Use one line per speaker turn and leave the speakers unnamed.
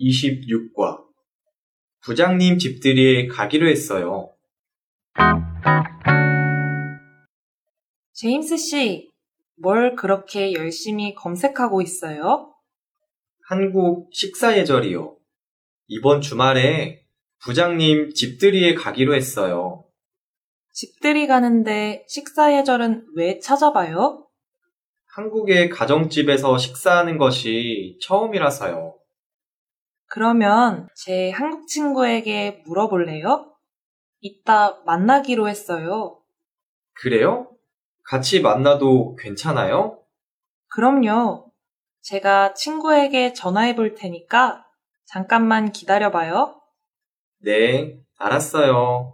26과 부장님 집들이에 가기로 했어요.
제임스 씨, 뭘 그렇게 열심히 검색하고 있어요?
한국 식사예절이요. 이번 주말에 부장님 집들이에 가기로 했어요.
집들이 가는데 식사 예절은 왜 찾아봐요?
한국의 가정집에서 식사하는 것이 처음이라서요.
그러면 제 한국 친구에게 물어볼래요? 이따 만나기로 했어요.
그래요? 같이 만나도 괜찮아요?
그럼요. 제가 친구에게 전화해 볼 테니까 잠깐만 기다려봐요.
네, 알았어요.